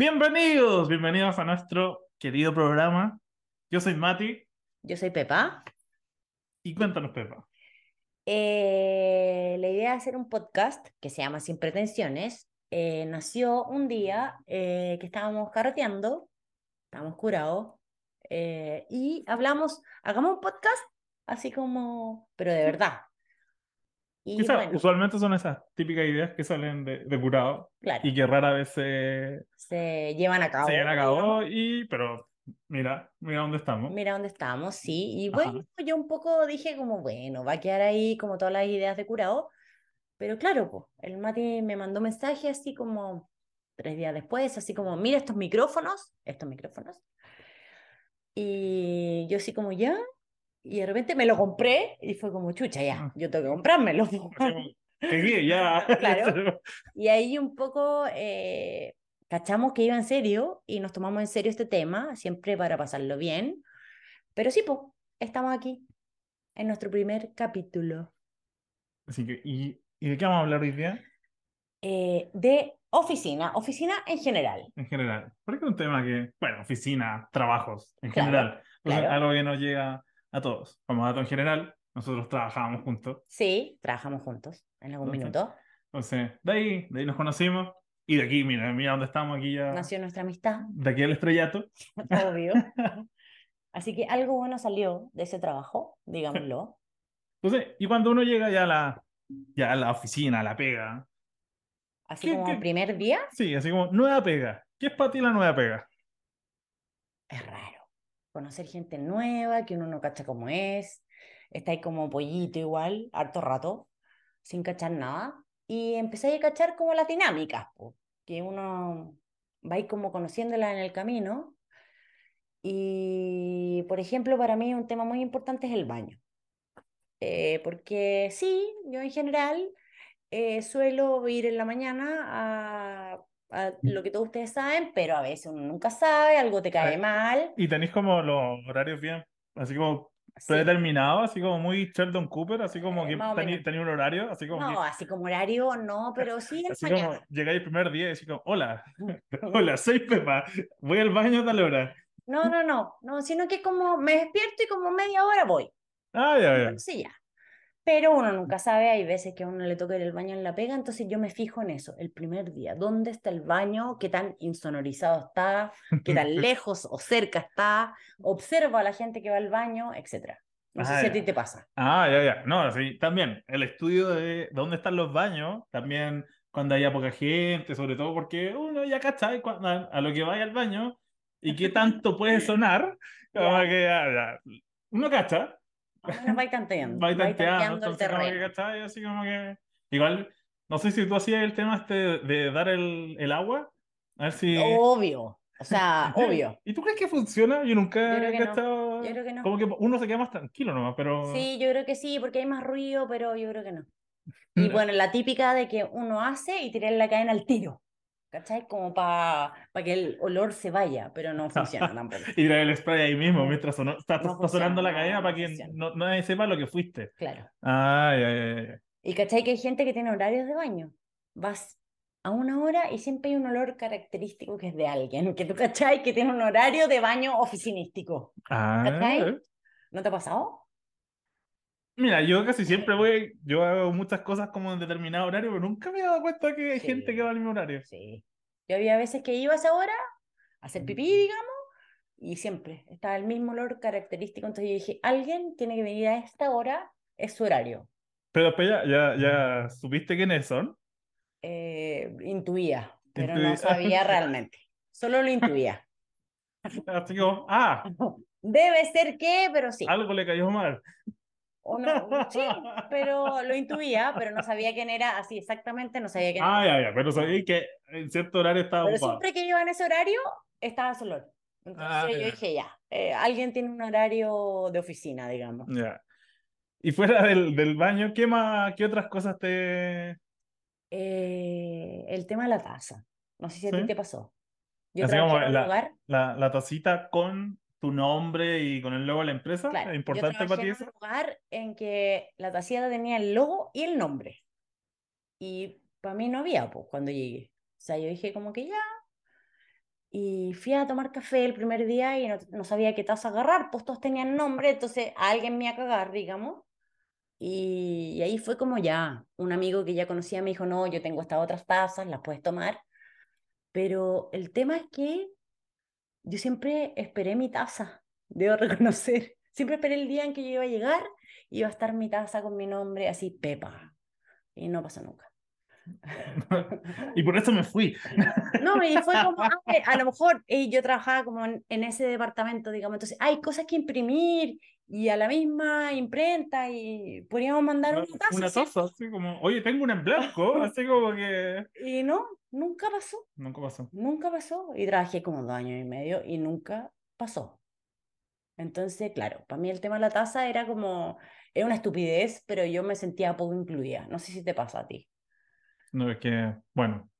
Amigos, bienvenidos a nuestro querido programa. Yo soy Mati Yo soy Pepa. y cuéntanos, Pepa. Eh, la idea de hacer un podcast que se llama Sin Pretensiones eh, nació un día eh, que estábamos carreteando, estábamos curados, eh, y hablamos, hagamos un podcast así como, pero de verdad. Y Quizá, bueno, usualmente son esas típicas ideas que salen de, de curado claro, y que rara vez se, se llevan a cabo. se llevan a digamos. cabo, y, pero mira, mira dónde estamos. Mira dónde estamos, sí. Y Ajá. bueno, yo un poco dije como, bueno, va a quedar ahí como todas las ideas de curado. Pero claro, po, el Mati me mandó mensaje así como tres días después, así como, mira estos micrófonos, estos micrófonos. Y yo así como ya, y de repente me lo compré y fue como, chucha, ya, Ah. yo tengo que comprármelo. Así po". como, "Llegué, ya. Claro. Y ahí un poco eh, cachamos que iba en serio y nos tomamos en serio este tema, siempre para pasarlo bien. Pero sí, po, estamos aquí en nuestro primer capítulo Así que, ¿y, y de qué vamos a hablar hoy día? eh, de oficina, oficina en general. En general. Porque es un tema que, bueno, oficina, trabajos, en Claro, general. Entonces, claro. algo que nos llega a todos. Como dato en general, nosotros trabajábamos juntos. Sí, trabajamos juntos en algún Entonces, minuto. Entonces, de ahí, de ahí nos conocimos. Y de aquí, mira, mira dónde estamos, aquí ya. Nació nuestra amistad, De aquí al estrellato. obvio. Así que algo bueno salió de ese trabajo, digámoslo. Entonces, y cuando uno llega ya a la, ya a la oficina, a la pega. Así ¿Qué- como qué? primer día, Sí, así como, nueva pega. ¿Qué es para ti la nueva pega? es raro. Conocer gente nueva, que uno no cacha cómo es. Está ahí como pollito igual, harto rato, sin cachar nada. Y empezáis a cachar como las dinámicas, po, que uno va ahí como conociéndolas en el camino. Y, por ejemplo, para mí un tema muy importante es el baño. Eh, porque sí, yo en general eh, suelo ir en la mañana a, a Mm. lo que todos ustedes saben, pero a veces uno nunca sabe, algo te cae Eh, mal. Y tenéis como los horarios bien, así como Sí. predeterminados, así como muy Sheldon Cooper, así como Eh, que más o tenéis menos. tenéis un horario, así como que- No, así como horario, no, pero sí en la Así como mañana. llegáis el primer día y así como, hola, hola, soy Pepa, voy al baño a tal hora. No, no, no, no, sino que como me despierto y como media hora voy. Ah, ya, ya. Entonces ya. Pero uno Mm. nunca sabe, hay veces que a uno le toca ir al baño en la pega, entonces yo me fijo en eso, el primer día, ¿dónde está el baño? ¿Qué tan insonorizado está? ¿Qué tan lejos o cerca está? Observo a la gente que va al baño, etcétera. No sé Ah, si a ya. ti te pasa. Ah, ya, ya. No, sí, también el estudio de dónde están los baños, también cuando haya poca gente, sobre todo porque uno ya cacha cuando- a, a lo que vaya al baño y qué tanto puede sonar, como que ya, ya. uno cacha, Más o menos vais tanteando, va vais Ah, tanteando, tanteando el entonces como que terreno. cachai, así como que... Igual, no sé si tú hacías el tema este de, de dar el, el agua, a ver si... Obvio, o sea, Oh, obvio. ¿Y tú crees que funciona? Yo nunca Yo creo he que no. cachado- Yo creo que no. Como que uno se queda más tranquilo nomás, pero... Sí, yo creo que sí, porque hay más ruido, pero yo creo que no. Y bueno, la típica de que uno hace y tirar la cadena al tiro, ¿cachai? Como para que el olor se vaya, pero no funciona tampoco. Y trae el spray ahí mismo mientras sonó- está, está funciona, sonando la no, cadena no para que funciona. no, nadie sepa lo que fuiste. Claro. Ay, ay, ay, ay. Y ¿cachai? Que hay gente que tiene horarios de baño. Vas a una hora y siempre hay un olor característico que es de alguien, que tú, ¿cachai? Que tiene un horario de baño oficinístico. Ah, ¿Cachai? ¿No te ha pasado? Mira, yo casi siempre voy, yo hago muchas cosas como en determinado horario, pero nunca me he dado cuenta que hay Sí. gente que va al mismo horario. Sí. Yo había veces que iba a esa hora a hacer pipí, digamos, y siempre estaba el mismo olor característico. Entonces yo dije, alguien tiene que venir a esta hora, es su horario. Pero después ya, ya, ya supiste quiénes son. Eh, intuía, pero no Intuía. sabía realmente. Solo lo intuía. Así que, ah, Debe ser que, pero sí. algo le cayó mal. O no, sí, pero lo intuía, pero no sabía quién era así exactamente, no sabía quién era. Ay, ay, ay, Ah, pero sabía que en cierto horario estaba Pero ocupado. siempre que iba en ese horario, estaba su olor. Entonces Ah, yo ya. dije, ya, eh, alguien tiene un horario de oficina, digamos. Ya. Y fuera del, del baño, ¿qué más, qué otras cosas te... eh, el tema de la taza. No sé si a ti Sí. te pasó. Yo Así trabajé como en un la- lugar, La, la tacita con tu nombre y con el logo de la empresa, claro, ¿es yo importante para trabajé ti en eso? un lugar en que la tacita tenía el logo y el nombre. Y para mí no había, pues, cuando llegué. O sea, yo dije como que ya. Y fui a tomar café el primer día y no, no sabía qué taza agarrar, pues todos tenían nombre, entonces alguien me iba a cagar, digamos. Y, y ahí fue como ya, un amigo que ya conocía me dijo, no, yo tengo estas otras tazas, las puedes tomar. Pero el tema es que yo siempre esperé mi taza, debo reconocer. Siempre esperé el día en que yo iba a llegar y iba a estar mi taza con mi nombre así, Pepa. Y no pasó nunca. y por eso me fui. No, y fue como, ah, eh, a lo mejor eh, yo trabajaba como en, en, ese departamento, digamos, entonces hay cosas que imprimir y a la misma imprenta y podríamos mandar una, una taza. Una taza, ¿sí? así como, oye, tengo una en blanco, así como que... Y no, nunca pasó. Nunca pasó. Nunca pasó. Y trabajé como dos años y medio y nunca pasó. Entonces, claro, para mí el tema de la taza era como, era una estupidez, pero yo me sentía poco incluida. No sé si te pasa a ti. No, es que, bueno.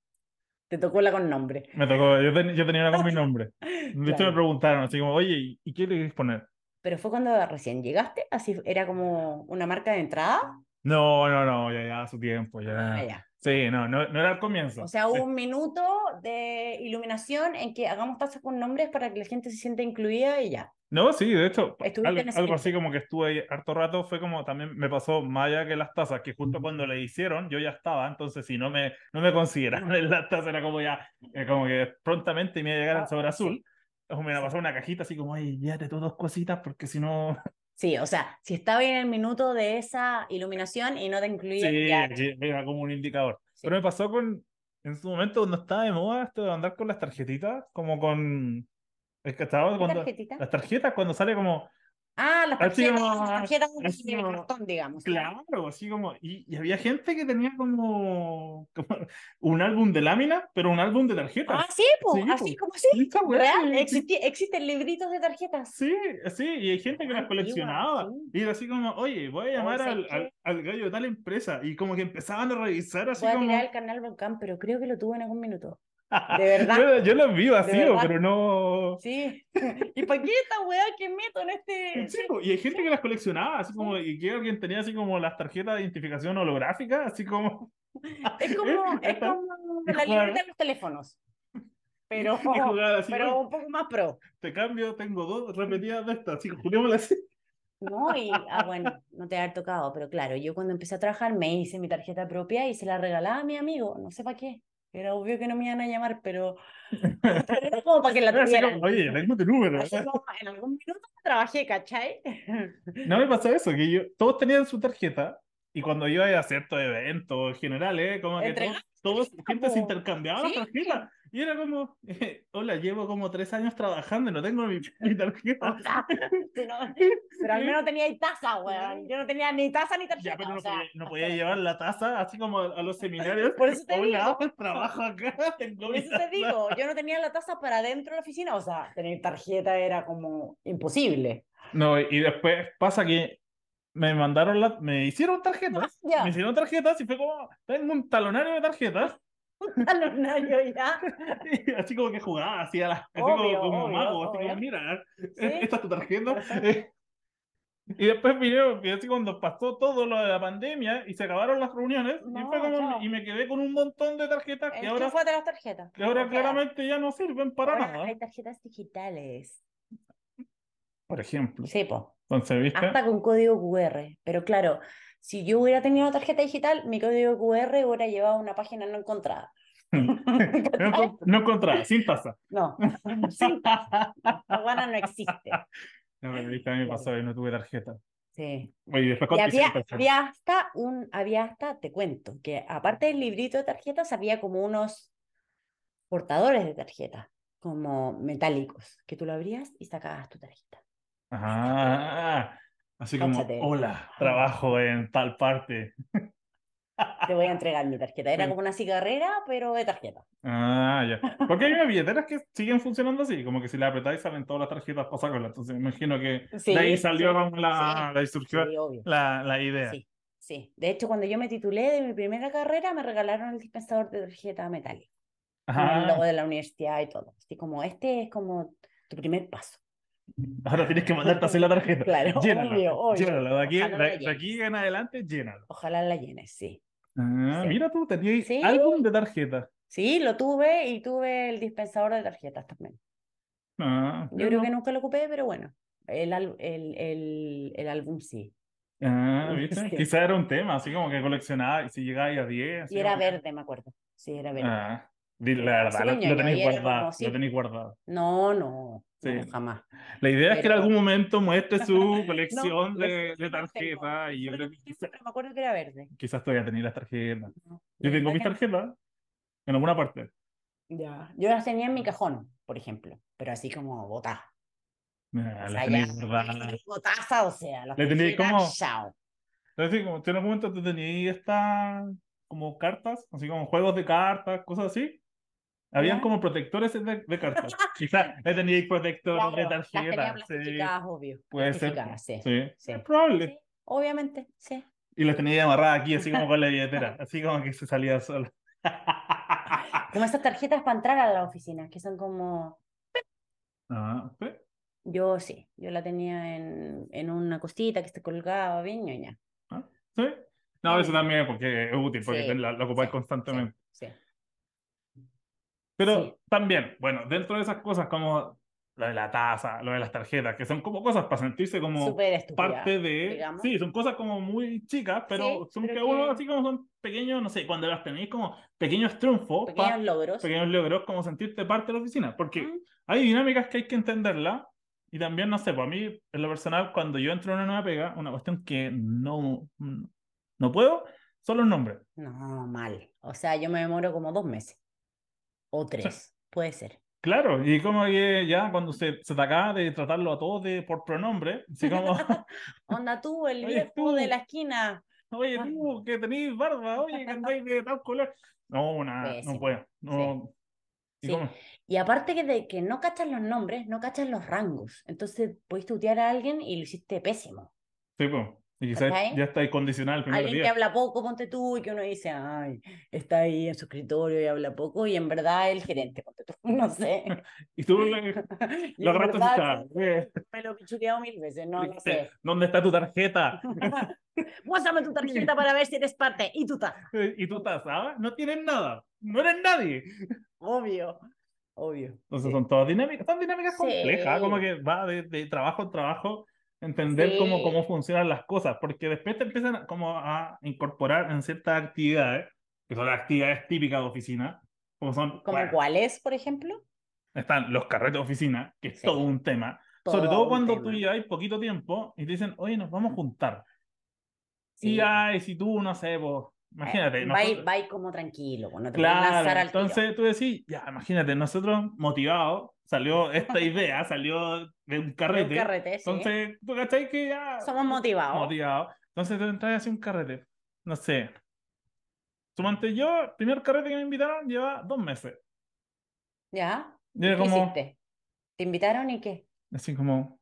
Te tocó la con nombre. Me tocó, yo, ten, yo tenía la con mi nombre. De hecho, Claro. me preguntaron así como, oye, ¿y qué le quieres poner? Pero fue cuando recién llegaste, así era como una marca de entrada. No, no, no, ya, ya, a su tiempo, ya. Ah, ya. Sí, no, no, no era al comienzo. O sea, hubo un minuto de iluminación en que hagamos tazas con nombres para que la gente se sienta incluida y ya. No, sí, de hecho, Estuviste algo, en ese algo tiempo. así como que estuve ahí harto rato, fue como también me pasó más allá que las tazas, que justo cuando le hicieron yo ya estaba, entonces si no me, no me consideraban en las tazas era como ya, eh, como que prontamente me iba a llegar Ah, el sobre azul, sí. entonces me iba a Sí. pasar una cajita así como, ay, llévate tus dos cositas porque si no... Sí, o sea, si estaba en el minuto de esa iluminación y no te incluía, Sí, ya. aquí era como un indicador. Sí. Pero me pasó con, en su momento cuando estaba de moda esto de andar con las tarjetitas, como con... Es que estaba ¿Qué cuando... tarjetita? Las tarjetas cuando sale como... Ah, las Así tarjetas, como- las tarjetas así de como- cartón, digamos. Claro, así como. Y, y había gente que tenía como, como un álbum de láminas, pero un álbum de tarjetas. Ah, sí, po, Sí, así po. como sí. Sí, esa weá, Real, sí, existi- existen libritos de tarjetas. Sí, sí, y hay gente que Ah, las coleccionaba. antigua, sí. Oh, Y era así como, oye, voy a llamar ¿sabes al, al, qué? al gallo de tal empresa. Y como que empezaban a revisar así Voy a como. Ah, tirar el canal volcán, pero creo que lo tuve en algún minuto. De verdad. yo, yo las vi vacío, verdad. pero no. Sí. ¿Y para qué esta weá que meto en este? Sí, po, y hay gente que las coleccionaba, así como, y que alguien tenía así como las tarjetas de identificación holográfica, así como. Es como, es como Y la jugar. libreta de los teléfonos. Pero, Y jugaba así, Oh, pero un poco más pro. Te cambio, tengo dos repetidas de estas, así que juguémoslas así. No, y ah, bueno, no te ha tocado, pero claro, yo cuando empecé a trabajar me hice mi tarjeta propia y se la regalaba a mi amigo, no sé para qué. Era obvio que no me iban a llamar, pero, pero era como para que la Era así tuvieran. como, Oye, tengo tu número. Así como en algún minuto trabajé, ¿cachai? No me pasó eso, que yo, todos tenían su tarjeta y cuando iba a ciertos eventos generales, ¿eh? como que Entregaban todos, todos gente se po. intercambiaba las Sí. tarjetas. Y era como, eh, hola, llevo como tres años trabajando y no tengo mi, mi tarjeta. O sea, si no- pero al menos tenía ahí taza, weón. Yo no tenía ni taza ni tarjeta. Ya, pero o no sea, podía, no podía llevar la taza, así como a, a los seminarios. Por eso te Hola, pues, trabajo acá, tengo por mi eso te taza. digo, yo no tenía la taza para adentro de la oficina, o sea, tener tarjeta era como imposible. No, y después pasa que me mandaron la, me hicieron tarjetas. Ya. Me hicieron tarjetas y fue como, tengo un talonario de tarjetas. talonario ya. Y así como que jugaba, así, a la, así Obvio, como, como obvio, mago, así obvio. como, mira, Sí. esta es tu tarjeta. Y después vinieron, y así cuando pasó todo lo de la pandemia y se acabaron las reuniones, y, No, fue como- chao. y me quedé con un montón de tarjetas El que ahora, chufo de las tarjetas. que ahora O sea, claramente ya no ¿eh? sirven para ahora nada. Hay tarjetas digitales. Por ejemplo, Sí, po. entonces, ¿viste? Hasta con código QR. Pero claro, si yo hubiera tenido una tarjeta digital, mi código QR hubiera llevado a una página no encontrada. No, encont- no encontraba, sin taza. No, sí, la guana no existe. No, pero viste, a mí me pasó y no tuve tarjeta. Sí. Oye, después Y con había, tarjeta. había hasta un, había hasta, te cuento, que aparte del librito de tarjetas, había como unos portadores de tarjetas, como metálicos, que tú lo abrías y sacabas tu tarjeta. Ajá. Ah, Así como, Cáchate. hola, trabajo en tal parte. Te voy a entregar mi tarjeta. Era Sí. como una cigarrera, pero de tarjeta. Ah, ya. Porque hay unas billeteras que siguen funcionando así, como que si la apretáis salen todas las tarjetas para sacarlas. Entonces me imagino que Sí, de ahí salió sí, como la, de ahí surgió Sí, obvio. la, la idea. Sí, sí. De hecho, cuando yo me titulé de mi primera carrera, me regalaron el dispensador de tarjeta metálica, con el logo Ajá. de la universidad y todo. Así como, este es como tu primer paso. Ahora tienes que mandarte a hacer la tarjeta. Claro, Llénalo, obvio, obvio. llénalo. De aquí, Ojalá la de, de aquí en adelante, llénalo. Ojalá la llenes, sí. Ah, Sí. mira tú, tenías Sí. álbum de tarjetas. Sí, lo tuve y tuve el dispensador de tarjetas también. Ah, Yo creo que nunca lo ocupé, pero bueno, el, al- el, el, el álbum sí. Ah, ¿viste? Sí. Quizá era un tema, así como que coleccionaba y si llegaba ahí a 10. así Y era como que- verde, me acuerdo. Sí, era verde. Ah, di la Era verdad, lo, lo ñoño, tenéis y era guardado, como, lo sí. tenéis guardado. No, no, Sí. no, jamás. La idea es que en Pero- algún momento muestre su No, colección lo de, sé, de no tengo. tarjetas y yo Solo creo que tengo quizá- uno, pero me acuerdo que era verde. quizás todavía tenéis las tarjetas. No, Yo de tengo verdad mis que no. tarjetas en alguna parte. Ya. Yo las tenía en mi cajón, por ejemplo, pero así como botadas. Ah, O las sea, tenéis ya, guardadas. botaza, o sea, las Le tenéis tarjetas, como- chao. Entonces, como tú en algún momento tú tenías estas como cartas, así como juegos de cartas, cosas así. Habían Ya. como protectores de, de cartas. Quizás le teníais protector Claro, de las tenía tarjetas. Sí, plastificadas, obvio. puede ser. pues. Plastificadas, sí. Sí, Sí. es probable. Sí, obviamente, sí. Y las tenía amarradas aquí, así como con la billetera, así como que se salía sola. Como esas tarjetas para entrar a la oficina, que son como... Ah, sí. Yo sí, yo la tenía en, en una costita que se colgaba, bien ñoña. Sí. No, eso también porque es útil, porque Sí, te la, la ocupáis sí, constantemente. Sí, sí. Pero sí. también, bueno, dentro de esas cosas como lo de la taza, lo de las tarjetas, que son como cosas para sentirse como Súper estúpida. parte de... digamos. Sí, son cosas como muy chicas, pero Sí, son pero que que- uno así como son pequeños, no sé, cuando las tenéis como pequeños triunfos, pa- Pequeños logros. pequeños logros, como sentirte parte de la oficina, porque... Mm, Hay dinámicas que hay que entenderla y también, no sé, para mí, en lo personal, cuando yo entro en una nueva pega, una cuestión que no, no puedo son los nombres. No, mal. O sea, yo me demoro como dos meses. O tres, puede ser. Claro, y como que ya cuando se, se te acaba de tratarlo a todos de, por pronombre, así como, Onda tú, el Oh, Oye, viejo tú. de la esquina. oye, tú que tenés barba, oye, que andáis de tal color. No, una, no Pésimo, puedo. No. ¿Y Sí. cómo? Y aparte que de que no cachas los nombres, no cachas los rangos. Entonces, puedes tutear a alguien y lo hiciste pésimo. Sí, pues. Y quizás ¿Cachai? ya está condicional el primer Alguien que día. habla poco, ponte tú, y que uno dice, ay, está ahí en su escritorio y habla poco, y en verdad el gerente, ponte tú, no sé. Y tú le- Y lo en agarraste verdad, así, eh, Me lo he pichuleado mil veces, no, no dijiste, sé. Este, ¿Dónde está tu tarjeta? Muéstrame tu tarjeta para ver si eres parte. Y tu tarjeta. Eh, Y tú estás, ¿ah? No tienes nada, no eres nadie. Obvio. Obvio. Entonces son todas dinámicas, son dinámicas Sí. complejas, como que va de, de trabajo en trabajo, entender cómo, Sí. cómo funcionan las cosas, porque después te empiezan a- como a incorporar en ciertas actividades, que son las actividades típicas de oficina, como son, ¿Como bueno, cuáles, por ejemplo? están los carretes de oficina, que es Sí. todo un tema, sobre Todo todo un cuando tema. tú llevas poquito tiempo y te dicen, oye, nos vamos a juntar. Sí. Eh, Y ay, si tú, no sé, pues, imagínate. Va y- nosotros- va y como tranquilo, pues, no te puedes lanzar Claro, al tiro. entonces tú decís, ya, imagínate, nosotros motivados, salió esta idea, salió de un De carrete. un carrete, sí. Entonces, tú cachai que ya Somos motivados. motivados. Entonces tú entras hacia un carrete. No sé. Mm. Sumante yo, el primer carrete que me invitaron lleva dos meses. ¿Ya? Yo era ¿Qué como, hiciste? ¿Te invitaron y qué? así como,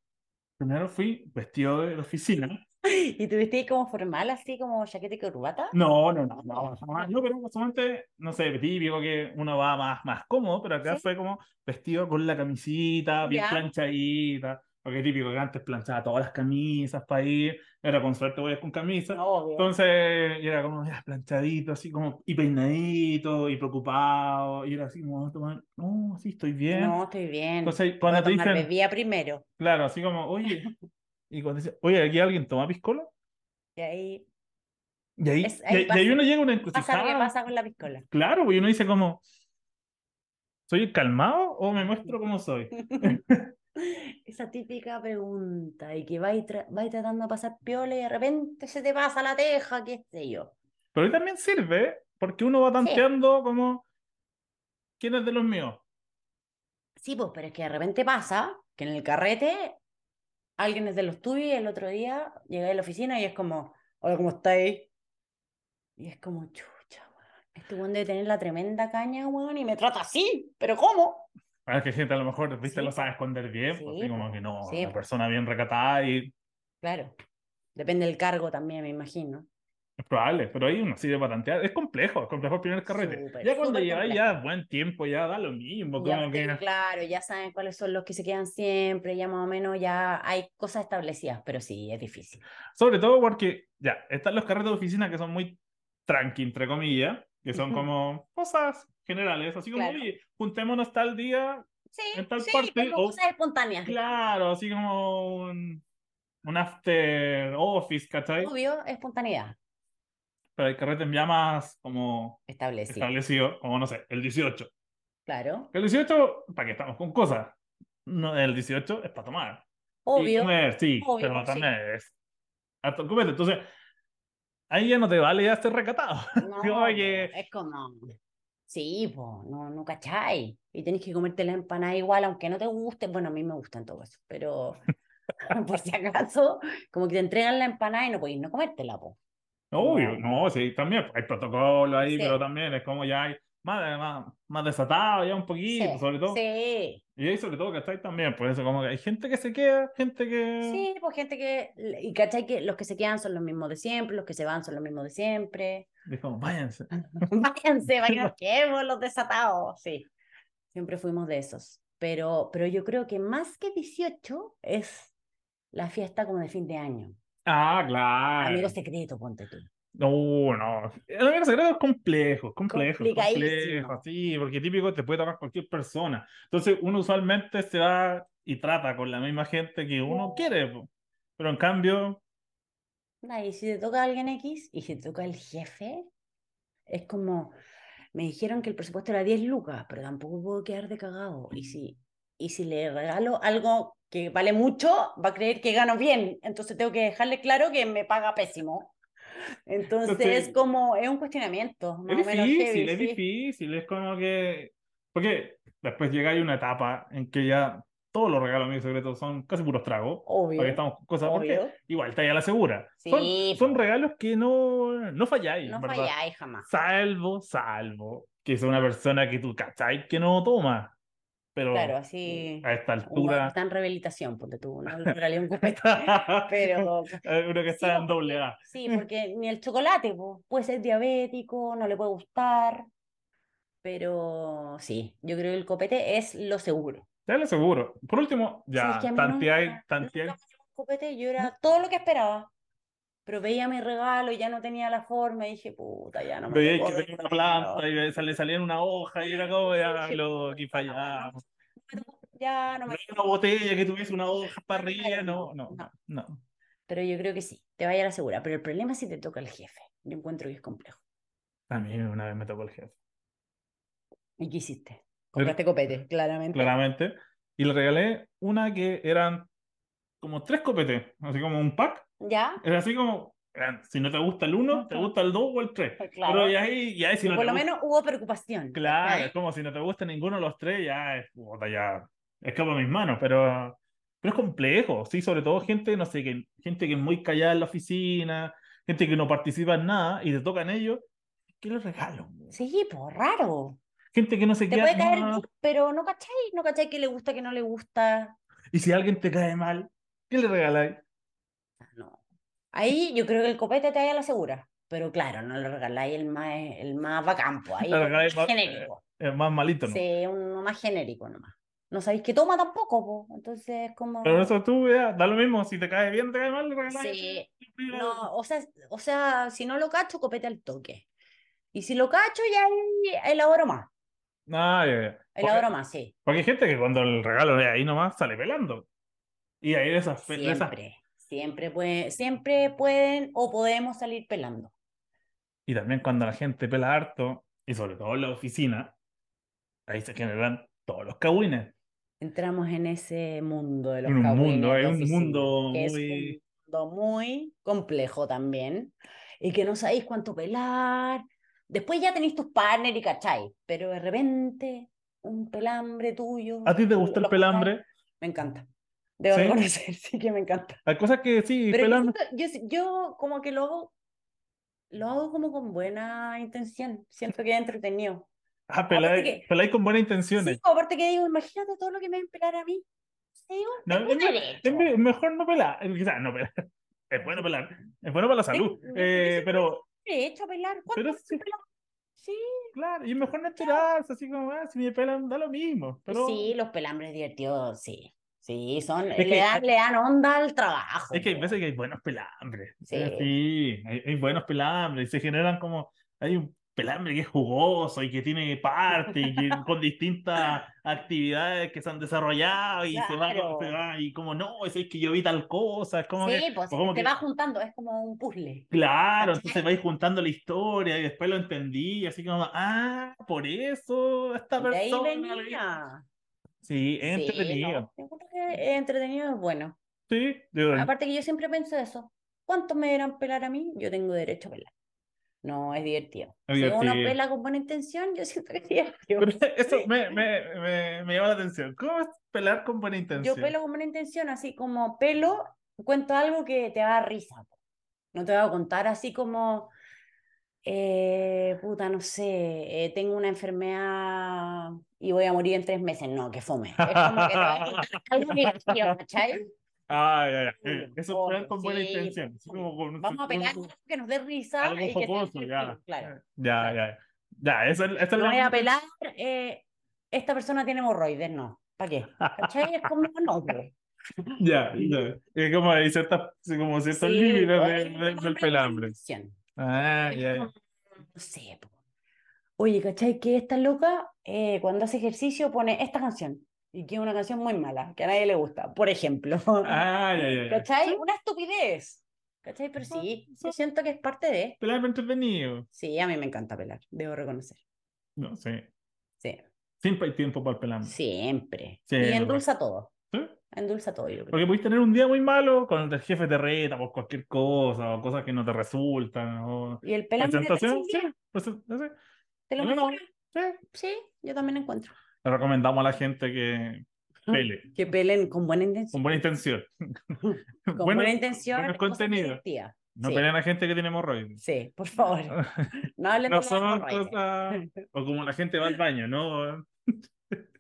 primero fui vestido de oficina. ¿Y tuviste ahí como formal, así como chaqueta y corbata? No, no, no, no, jamás. Yo, pero sumamente, no sé, típico que uno va más, más cómodo, pero acá Sí. fue como vestido con la camisita, bien Ya. planchadita, porque típico que antes planchaba todas las camisas para ir, era con suerte voy con camisa. Obvio. Entonces, y era como ya, planchadito, así como, y peinadito, y preocupado, y era así como, tomar, no, sí, estoy bien. No, estoy bien. Entonces, Voy a cuando te tomar dicen, bebida primero. claro, así como, oye, y cuando dicen, oye, aquí alguien toma piscola, Y ahí y ahí, Es- y ahí ahí- y ahí pasa- uno llega a una pasa lo que encrucijada. pasa con la piscola. Claro, pues, y uno dice como, ¿soy el calmado o me muestro como soy? Esa típica pregunta y que vais, tra- vais tratando de pasar piola y de repente se te pasa la teja, qué sé yo. Pero ahí también sirve porque uno va tanteando como, ¿quién es de los míos? Sí, pues, pero es que de repente pasa que en el carrete alguien es de los tuyos y el otro día llegué a la oficina y es como, hola, ¿cómo estáis? Y es como, chucha, weón. Este weón debe tener la tremenda caña, weón, y me trata así, pero ¿cómo? Ah, que gente a lo mejor, viste, Sí, lo po. sabe esconder bien, Sí, pues, así como po. que no, Sí, una po. persona bien recatada y Claro, depende del cargo también, me imagino. es probable, pero ahí uno sirve para tantear. Es complejo, es complejo el primer carrete. Súper, ya cuando súper lleváis complejo. ya buen tiempo, ya da lo mismo, Ya como ustedes, que... claro, ya saben cuáles son los que se quedan siempre, ya más o menos ya hay cosas establecidas, pero sí, es difícil. Sobre todo porque, ya, están los carretes de oficina que son muy tranqui, entre comillas, que son Ujú. como cosas generales, así como, Claro. oye, juntémonos tal día, Sí, En tal sí, parte, como o- cosas espontáneas. claro, así como un, un after office, ¿cachai? Obvio, espontaneidad Pero el carrete ya más como establecida. establecido, como no sé, el 18. Claro, El 18, ¿para qué estamos con cosas? No, el 18 es para tomar. Y obvio. comer, sí, obvio, pero sí. también es. harto copete. Entonces, ahí ya no te vale ya ser recatado. No, Oye. po, es como. Sí, po, no, no cachai. Y tenés que comerte la empanada igual, aunque no te guste. Bueno, a mí me gustan todo eso, pero por si acaso, como que te entregan la empanada y no podés no comértela, po. Obvio, no, sí, también hay protocolo ahí, Sí. pero también es como ya hay más, más, más desatado ya un poquito, Sí, pues, sobre todo. Sí, Y ahí sobre todo, ¿cachai? También, por eso como que hay gente que se queda, gente que... sí, pues gente que. Y cachai que los que se quedan son los mismos de siempre, los que se van son los mismos de siempre. Dijo, váyanse. Váyanse, váyanse, quedemos los desatados. Sí, siempre fuimos de esos. Pero, pero yo creo que más que 18 es la fiesta como de fin de año. Ah, claro. Amigo secreto, ponte tú. No, no. El amigo secreto es complejo, es complejo, es Complicadísimo. complejo, sí, porque típico te puede tocar cualquier persona. Entonces, uno usualmente se va y trata con la misma gente que Mm. uno quiere, po. pero en cambio, Nah, Y si te toca alguien X y si te toca el jefe, es como, me dijeron que el presupuesto era 10 lucas, pero tampoco puedo quedar de cagado. Y si, y si le regalo algo que vale mucho, va a creer que gano bien. Entonces tengo que dejarle claro que me paga pésimo. Entonces Entonces- es como, es un cuestionamiento, más es o menos difícil, heavy, es sí. difícil, es como que... Porque después llega ahí una etapa en que ya todos los regalos amigos secretos son casi puros tragos. Porque Obvio, estamos con cosas, porque obvio. igual está ahí a la segura. Sí, son, po. son regalos que no, no falláis, No en ¿verdad? falláis jamás. Salvo, salvo, que es una persona que tú cacháis que no toma. Pero Claro, así. a esta Uno altura. está en rehabilitación, ponte tú, no le regalé un copete, pero Uno que está Sí, en porque- doble A. Sí, porque ni el chocolate po, puede ser diabético, no le puede gustar, pero sí, yo creo que el copete es lo seguro. Ya lo seguro. Por último, Si ya, es que a mí tanteáis, nunca- tanteáis. nunca me llegó un copete, yo era todo lo que esperaba, pero veía mi regalo y ya no tenía la forma y dije, puta, ya no me Veíais tocó que el tenía una regalo, planta y ve- sale- le salía en una hoja y era como, ya, Sí. lo, aquí fallamos. no me tocó- ya no No me hay tocó. una botella que tuviese una hoja para arriba, Claro, no, no, no. no. Pero yo creo que sí, te vaya a la segura, pero el problema es si te toca el jefe, yo encuentro que es complejo. A mí una vez me tocó el jefe, ¿Y qué hiciste? Compraste copete, claramente. claramente. Y le regalé una que eran como tres copetes, así como un pack. ¿Ya? Es así como, eh, si no te gusta el 1, te Claro. gusta el 2 o el 3. Claro. Pero ya ahí, ya ahí si no Por te lo gusta, menos hubo preocupación. claro, ¿cachai? es como si no te gusta ninguno de los tres, ya es, puta, ya escapa a mis manos, pero, pero es complejo, sí, sobre todo gente, no sé, que, gente que es muy callada en la oficina, gente que no participa en nada y te tocan ellos, ¿qué les regalo? Sí, pues raro. Gente que no se Te queda puede caer nada. bien, pero no cachai, no cachai que le gusta, que no le gusta. Y si alguien te cae mal, ¿qué le regaláis? Ah, No. Ahí yo creo que el copete te vaya a la segura. Pero claro, no le regaláis el más, el más bacán, pues, ahí Le uno regaláis más más- genérico. Es más malito, ¿no? Sí, uno más genérico nomás. No sabéis que toma tampoco, po. Entonces es como. Pero eso tú, ya, da lo mismo, si te cae bien, te cae mal, le regaláis. Sí, No, o sea, o sea, si no lo cacho, copete al toque. Y si lo cacho, ya ahí elaboro más. Ah, ya, ya. Porque- Elaboro más, sí. Porque hay gente que cuando el regalo es ahí nomás sale pelando. Y ahí de esas, de esas- Siempre, siempre, puede- siempre pueden o podemos salir pelando. Y también cuando la gente pela harto, y sobre todo en la oficina, ahí se generan todos los cagüines. Entramos en ese mundo de los En un cagüines mundo, de es un oficina, mundo que es muy- un mundo muy complejo también, y que no sabéis cuánto pelar. Después ya tenéis tus partners y cacháis, pero de repente un pelambre tuyo. ¿A ti te gusta el los cacháis. pelambre? Me encanta. Debo ¿Sí? reconocer, sí que me encanta. Hay cosas que sí, Pero yo pelambre. siento- yo, si- yo como que lo hago, lo hago como con buena intención. Siento que es entretenido. Ah, peláis, aparte que- peláis con buenas Sí, intenciones. aparte que digo, imagínate todo lo que me ven pelar a mí. Sí, digo, No, tengo es me- derecho. es me- mejor no pelar. Eh, Quizás no pelar. Es bueno pelar. Es bueno para la salud. Sí, Eh, sí, pero, Derecho a pelar. ¿Cuánto pero me sí, pelan? Sí. claro. Y es mejor no enterarse, así como, ah, si me pelan, da lo mismo. Pero... Sí, los pelambres divertidos, sí. Sí, son, Es le que- dan, le dan onda al trabajo. Es que hay po. veces que hay buenos pelambres. Sí. Eh, Sí, hay, hay buenos pelambres y se generan como. Hay un pelambre que es jugoso y que tiene parte y que con distintas actividades que se han desarrollado y se, va, Claro. se va, y como no, es que yo vi tal cosa, es como que, Sí, pues como te que- vas juntando, es como un puzzle. claro, ¿Cachai? entonces vais juntando la historia y después lo entendí, y así como, ah, por eso esta De ahí persona. le- venía. Sí, es Sí, entretenido. no, yo encuentro que es entretenido es bueno. Sí, de verdad. Aparte que yo siempre pienso eso. ¿Cuántos me deberán pelar a mí? Yo tengo derecho a pelar. No, es divertido. Es Si uno divertido. pela con buena intención, yo siento que es divertido. Pero eso me, me, me, me llama la atención. ¿Cómo es pelar con buena intención? Yo pelo con buena intención, así como pelo, cuento algo que te da risa. po. No te voy a contar así como, eh, puta, no sé, eh, tengo una enfermedad y voy a morir en tres meses. No, que fome. Es como que te voy a contar algo divertido, ¿cachai? Ah, ya, ya. Mm, Eso es obvio, pelar con buena sí, intención. sí. Como con- Vamos a pelar con- algo que nos dé risa algo y que sea jocoso, ya. divertido, claro. Ya, claro. ya. Ya, esa, esa es No la voy a pelar, eh, esta persona tiene hemorroides, no. ¿Para qué? ¿Cachai? Es como, no, po. Ya, ya. Es como hay ciertas, como ciertos Sí, límites po, de- es de- pelar con del buena pelambre. intención. Ah, Es ya, ya. como, No sé, po. Oye, ¿cachai? Que esta loca, eh, cuando hace ejercicio, pone esta canción. Y que es una canción muy mala, que a nadie le gusta, por ejemplo. Ah, ya, ya, ya. ¿Cachai? Una estupidez. ¿Cachai? Pero sí, yo siento que es parte de. Pelambre entretenido. Sí, a mí me encanta pelar, debo reconocer. No sé. Sí, Siempre hay tiempo para el pelambre. siempre. Mm. Sí, Y es endulza todo. ¿Sí? Endulza todo, yo creo. Porque podéis tener un día muy malo cuando el jefe te reta por cualquier cosa o cosas que no te resultan. O... Y el pelambre te hace Presentación, el sí. día, Pues, no sé, te lo no, no, mejora. sí. Sí, yo también encuentro. Le recomendamos a la gente que pele, Que pelen con buena intención. con buena intención. Con Bueno, buena intención. buenos cosas contenidos. divertidas. No Sí. peleen a gente que tiene hemorroides. Sí, por favor. No hablen No de las son hemorroides. cosas. O como la gente va al baño, ¿no?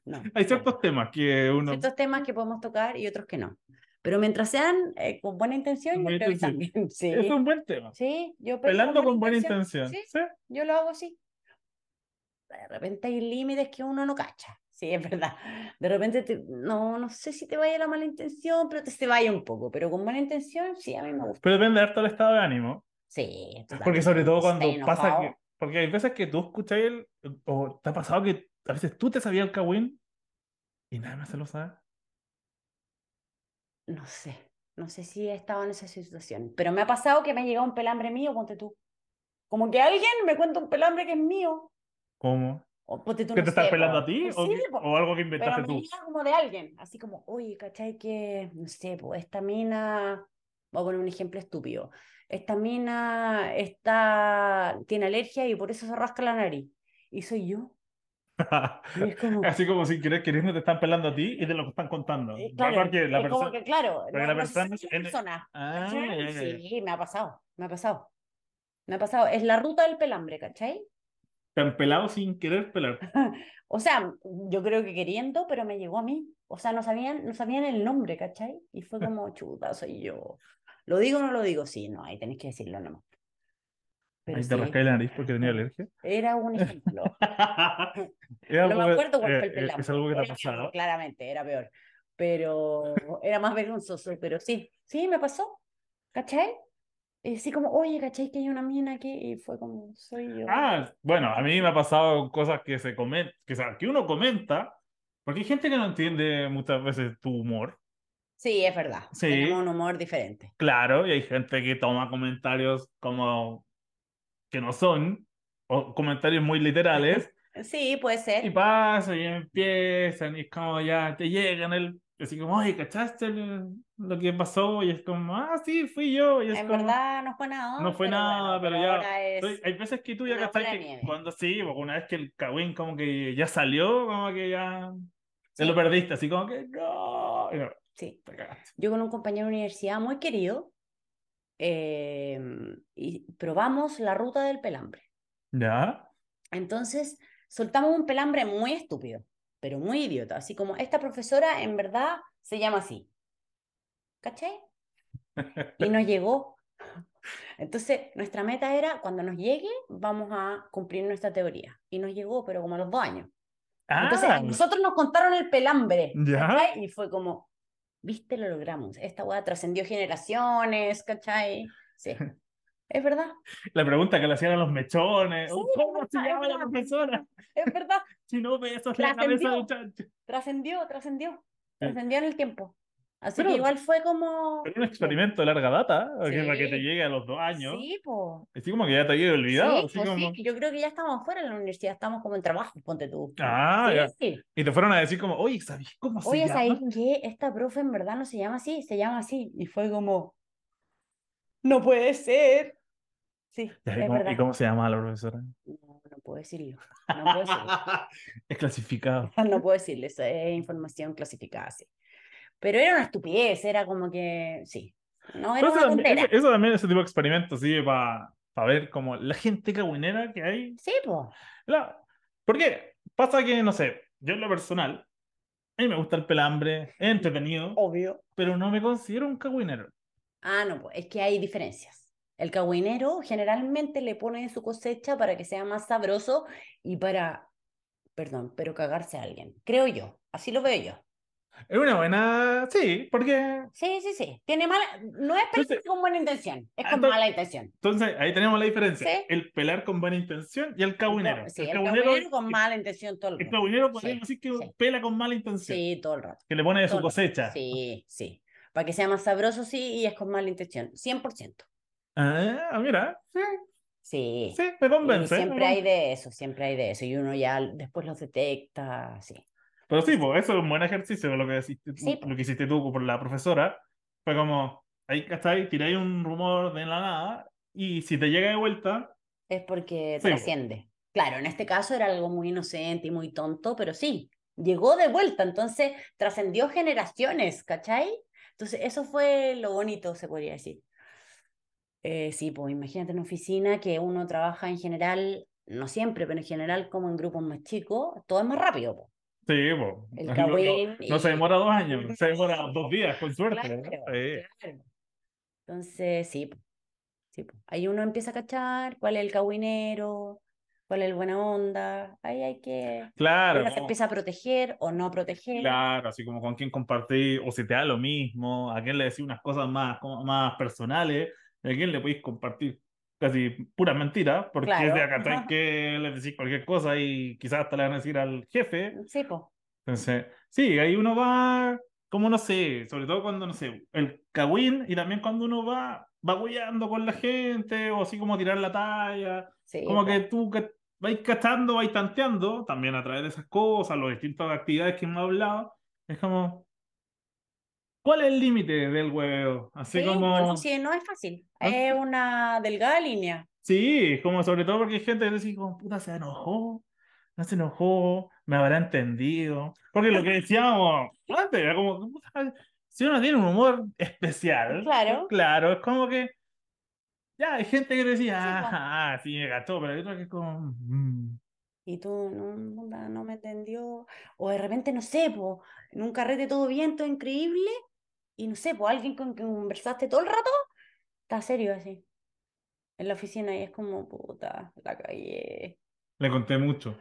No. Hay ciertos temas que uno. Ciertos temas que podemos tocar y otros que no. Pero mientras sean eh, con buena intención, yo Buena creo que intención. también. Sí, Es un buen tema. sí yo pelo Pelando con buena intención. Sí, ¿sí? yo lo hago así. De repente hay límites que uno no cacha. Sí, es verdad. De repente, te- no, no sé si te vaya la mala intención, pero te se vaya un poco. Pero con buena intención, sí, a mí me gusta. Pero depende harto del estado de ánimo. Sí, Porque totalmente. sobre todo Si cuando estáis pasa que. enojado. Porque hay veces que tú escuchas el. O te ha pasado que a veces tú te sabías el cagüín y nadie más se lo sabe. No sé, no sé si he estado en esa situación, pero me ha pasado que me ha llegado un pelambre mío, ponte tú. Como que alguien me cuenta un pelambre que es mío. ¿Cómo? O ponte tú, ¿Que no te estás sé, pelando po. a ti? Pues ¿O, sí, que- po, o algo que pero inventaste me tú? llega como de alguien, así como, oye, ¿cachai? Que, no sé, pues esta mina, voy a poner un ejemplo estúpido, esta mina está, tiene alergia y por eso se rasca la nariz. Y soy yo. Y es como, Así como si quieres queriendo te están pelando a ti y te lo están contando. eh, No, claro, porque la es como persona- que, claro, porque no- la no se sabe persona- la en- persona. Ah, ¿Cachai? ya, ya, ya. Sí, me ha pasado, me ha pasado. Me ha pasado. Es la ruta del pelambre, ¿cachai? Te han pelado sin querer pelar. Ah, O sea, yo creo que queriendo, pero me llegó a mí. O sea, no sabían, no sabían el nombre, ¿cachai? Y fue como, chuta, soy yo. ¿Lo digo o no lo digo? Sí, no, ahí tenés que decirlo nomás. Pero Ahí sí, te rascáis la nariz porque tenía alergia. era un ejemplo. Era No me porque- acuerdo cuál fue el eh, eh, pelambre. Es algo que te ha Era pasado. peor, claramente, era peor. Pero era más vergonzoso, pero sí, sí, me pasó. ¿Cachai? Y así como, oye, ¿cachai? Que hay una mina aquí y fue como, soy yo. Ah, bueno, a mí me ha pasado cosas que se comen, que, o sea, que uno comenta, porque hay gente que no entiende muchas veces tu humor, Sí, es verdad. Sí. Tenemos un humor diferente. claro, y hay gente que toma comentarios como que no son, o comentarios muy literales, Sí, puede y ser. pasa, y empiezan, y es como ya te llegan, el, así como, oye, ¿cachaste lo, lo que pasó? Y es como, ah, sí, fui yo, y es En como, verdad no fue nada. No fue pero bueno, nada, pero ya ahora es- Soy- Hay veces que tú ya una cachai bola de que nieve. cuando sí, porque una vez que el cagüín como que ya salió, como que ya te Sí. lo perdiste, así como que no, y no, sí. te cagaste. Yo con un compañero de universidad muy querido eh, y probamos la ruta del pelambre. ¿Ya? Entonces soltamos un pelambre muy estúpido, pero muy idiota. Así como esta profesora en verdad se llama así. ¿Cachai? Y nos llegó. Entonces, nuestra meta era, cuando nos llegue, vamos a cumplir nuestra teoría. Y nos llegó, pero como a los dos años. Entonces, a Ah, nosotros nos contaron el pelambre. Ya. ¿cachai? Y fue como, viste, lo logramos. Esta weá trascendió generaciones, ¿cachai? Sí. Es verdad, La pregunta que le hacían a los mechones. "Uh, Sí, ¿Cómo se es llama la verdad. profesora? es verdad. Si no besas la Trascendió. cabeza de un chancho. Trascendió, trascendió. Trascendió en el tiempo. Así Pero- que igual fue como. Pero un experimento de larga data, ¿eh? Porque Sí. para que te llegue a los dos años. Sí, po. Así como que ya te había olvidado. Sí, así po, sí, como- que yo creo que ya estamos fuera de la universidad, estamos como en trabajo, ponte tú. Ah, Sí, ya. sí. Y te fueron a decir como, oye, ¿sabes cómo se Oye, llama? ¿sabéis que esta profe en verdad no se llama así? Se llama así. Y fue como, no puede ser. Sí, Ya, ¿y, es cómo, y verdad. cómo se llama la profesora? No, no puedo decirlo. No puedo decirlo. es clasificado. No puedo decirlo. Eso es información clasificada, sí. Pero era una estupidez, era como que, sí. No, Pero era eso, una también, tontera. eso- eso también, ese tipo de experimentos sirve para ver como la gente cagüinera que hay. Sí, po. La... Porque pasa que, no sé, yo en lo personal, a mí me gusta el pelambre, es entretenido, Obvio. pero no me considero un cagüinero. Ah, no, po, es que hay diferencias. El cagüinero generalmente le pone en su cosecha para que sea más sabroso y para, perdón, pero cagarse a alguien. Creo yo. Así lo veo yo. Es una buena... Sí, porque... Sí, sí, sí. Tiene mala, no es Entonces- pensar con buena intención, es Ah, con entonces- mala intención. Entonces, ahí tenemos la diferencia. Sí. El pelar con buena intención y el cagüinero. No, sí, el cagüinero con mala intención todo el El rato. cagüinero podríamos Este decir que sí. pela con mala intención, Sí, todo el rato. que le pone de su todo el rato. cosecha. Sí, sí. Para que sea más sabroso, sí, y es con mala intención. 100%. Ah, mira, Sí. sí, me Y convence. me siempre hay convence. de eso, siempre hay de eso. Y uno ya después los detecta, sí. Pero sí, pues, eso es un buen ejercicio, lo que, hiciste tú- Sí, pues. lo que hiciste tú por la profesora. Fue como, ahí, ¿cachai? Tiráis un rumor de la nada y si te llega de vuelta, Es porque Sí, po. trasciende. Claro, en este caso era algo muy inocente y muy tonto, pero sí, llegó de vuelta, entonces trascendió generaciones, ¿cachai? Entonces, eso fue lo bonito, se podría decir. Eh, sí, pues imagínate una oficina que uno trabaja en general, no siempre, pero en general como en grupos más chicos, todo es más rápido, po. sí, pues. El no- No, cagüín no se y- demora dos años, se demora dos días, con suerte. ¿no? Claro, Sí. claro. Entonces, sí, po. sí, po. Ahí uno empieza a cachar cuál es el cagüinero, cuál es el buena onda. Ahí hay que. Claro, pues. uno se como- empieza a proteger o no proteger. claro, así como con quién compartir, o si te da lo mismo, a quién le decís unas cosas más, como más personales, a quién le podéis compartir casi puras mentiras, porque Claro. es de acá ¿cachai? que le decís cualquier cosa y quizás hasta le van a decir al jefe. Sí, po. Entonces, sí, ahí uno va, como no sé, sobre todo cuando, no sé, el cagüín y también cuando uno va bagullando con la gente o así como tirar la talla, Sí, como po. que tú que vais cachando, vais tanteando también a través de esas cosas, las distintas actividades que hemos hablado, es como, ¿cuál es el límite del huevo? Así Sí, como... bueno, sí, no es fácil. ¿No? Es una delgada línea. Sí, como sobre todo porque hay gente que dice, como puta, se enojó, no se enojó, me habrá entendido. Porque lo que decíamos antes era como, puta, si uno tiene un humor especial, Claro. claro, es como que, ya, hay gente que decía, Sí, pues. po. ah, sí, me gastó, pero hay otra que es como, "Mm". Y tú no, puta, no me entendió. O de repente, no sé, po, en un carrete todo bien, todo increíble. Y no sé, po, alguien con quien conversaste todo el rato, está serio así. En la oficina y es como, puta, la cagué. le conté mucho.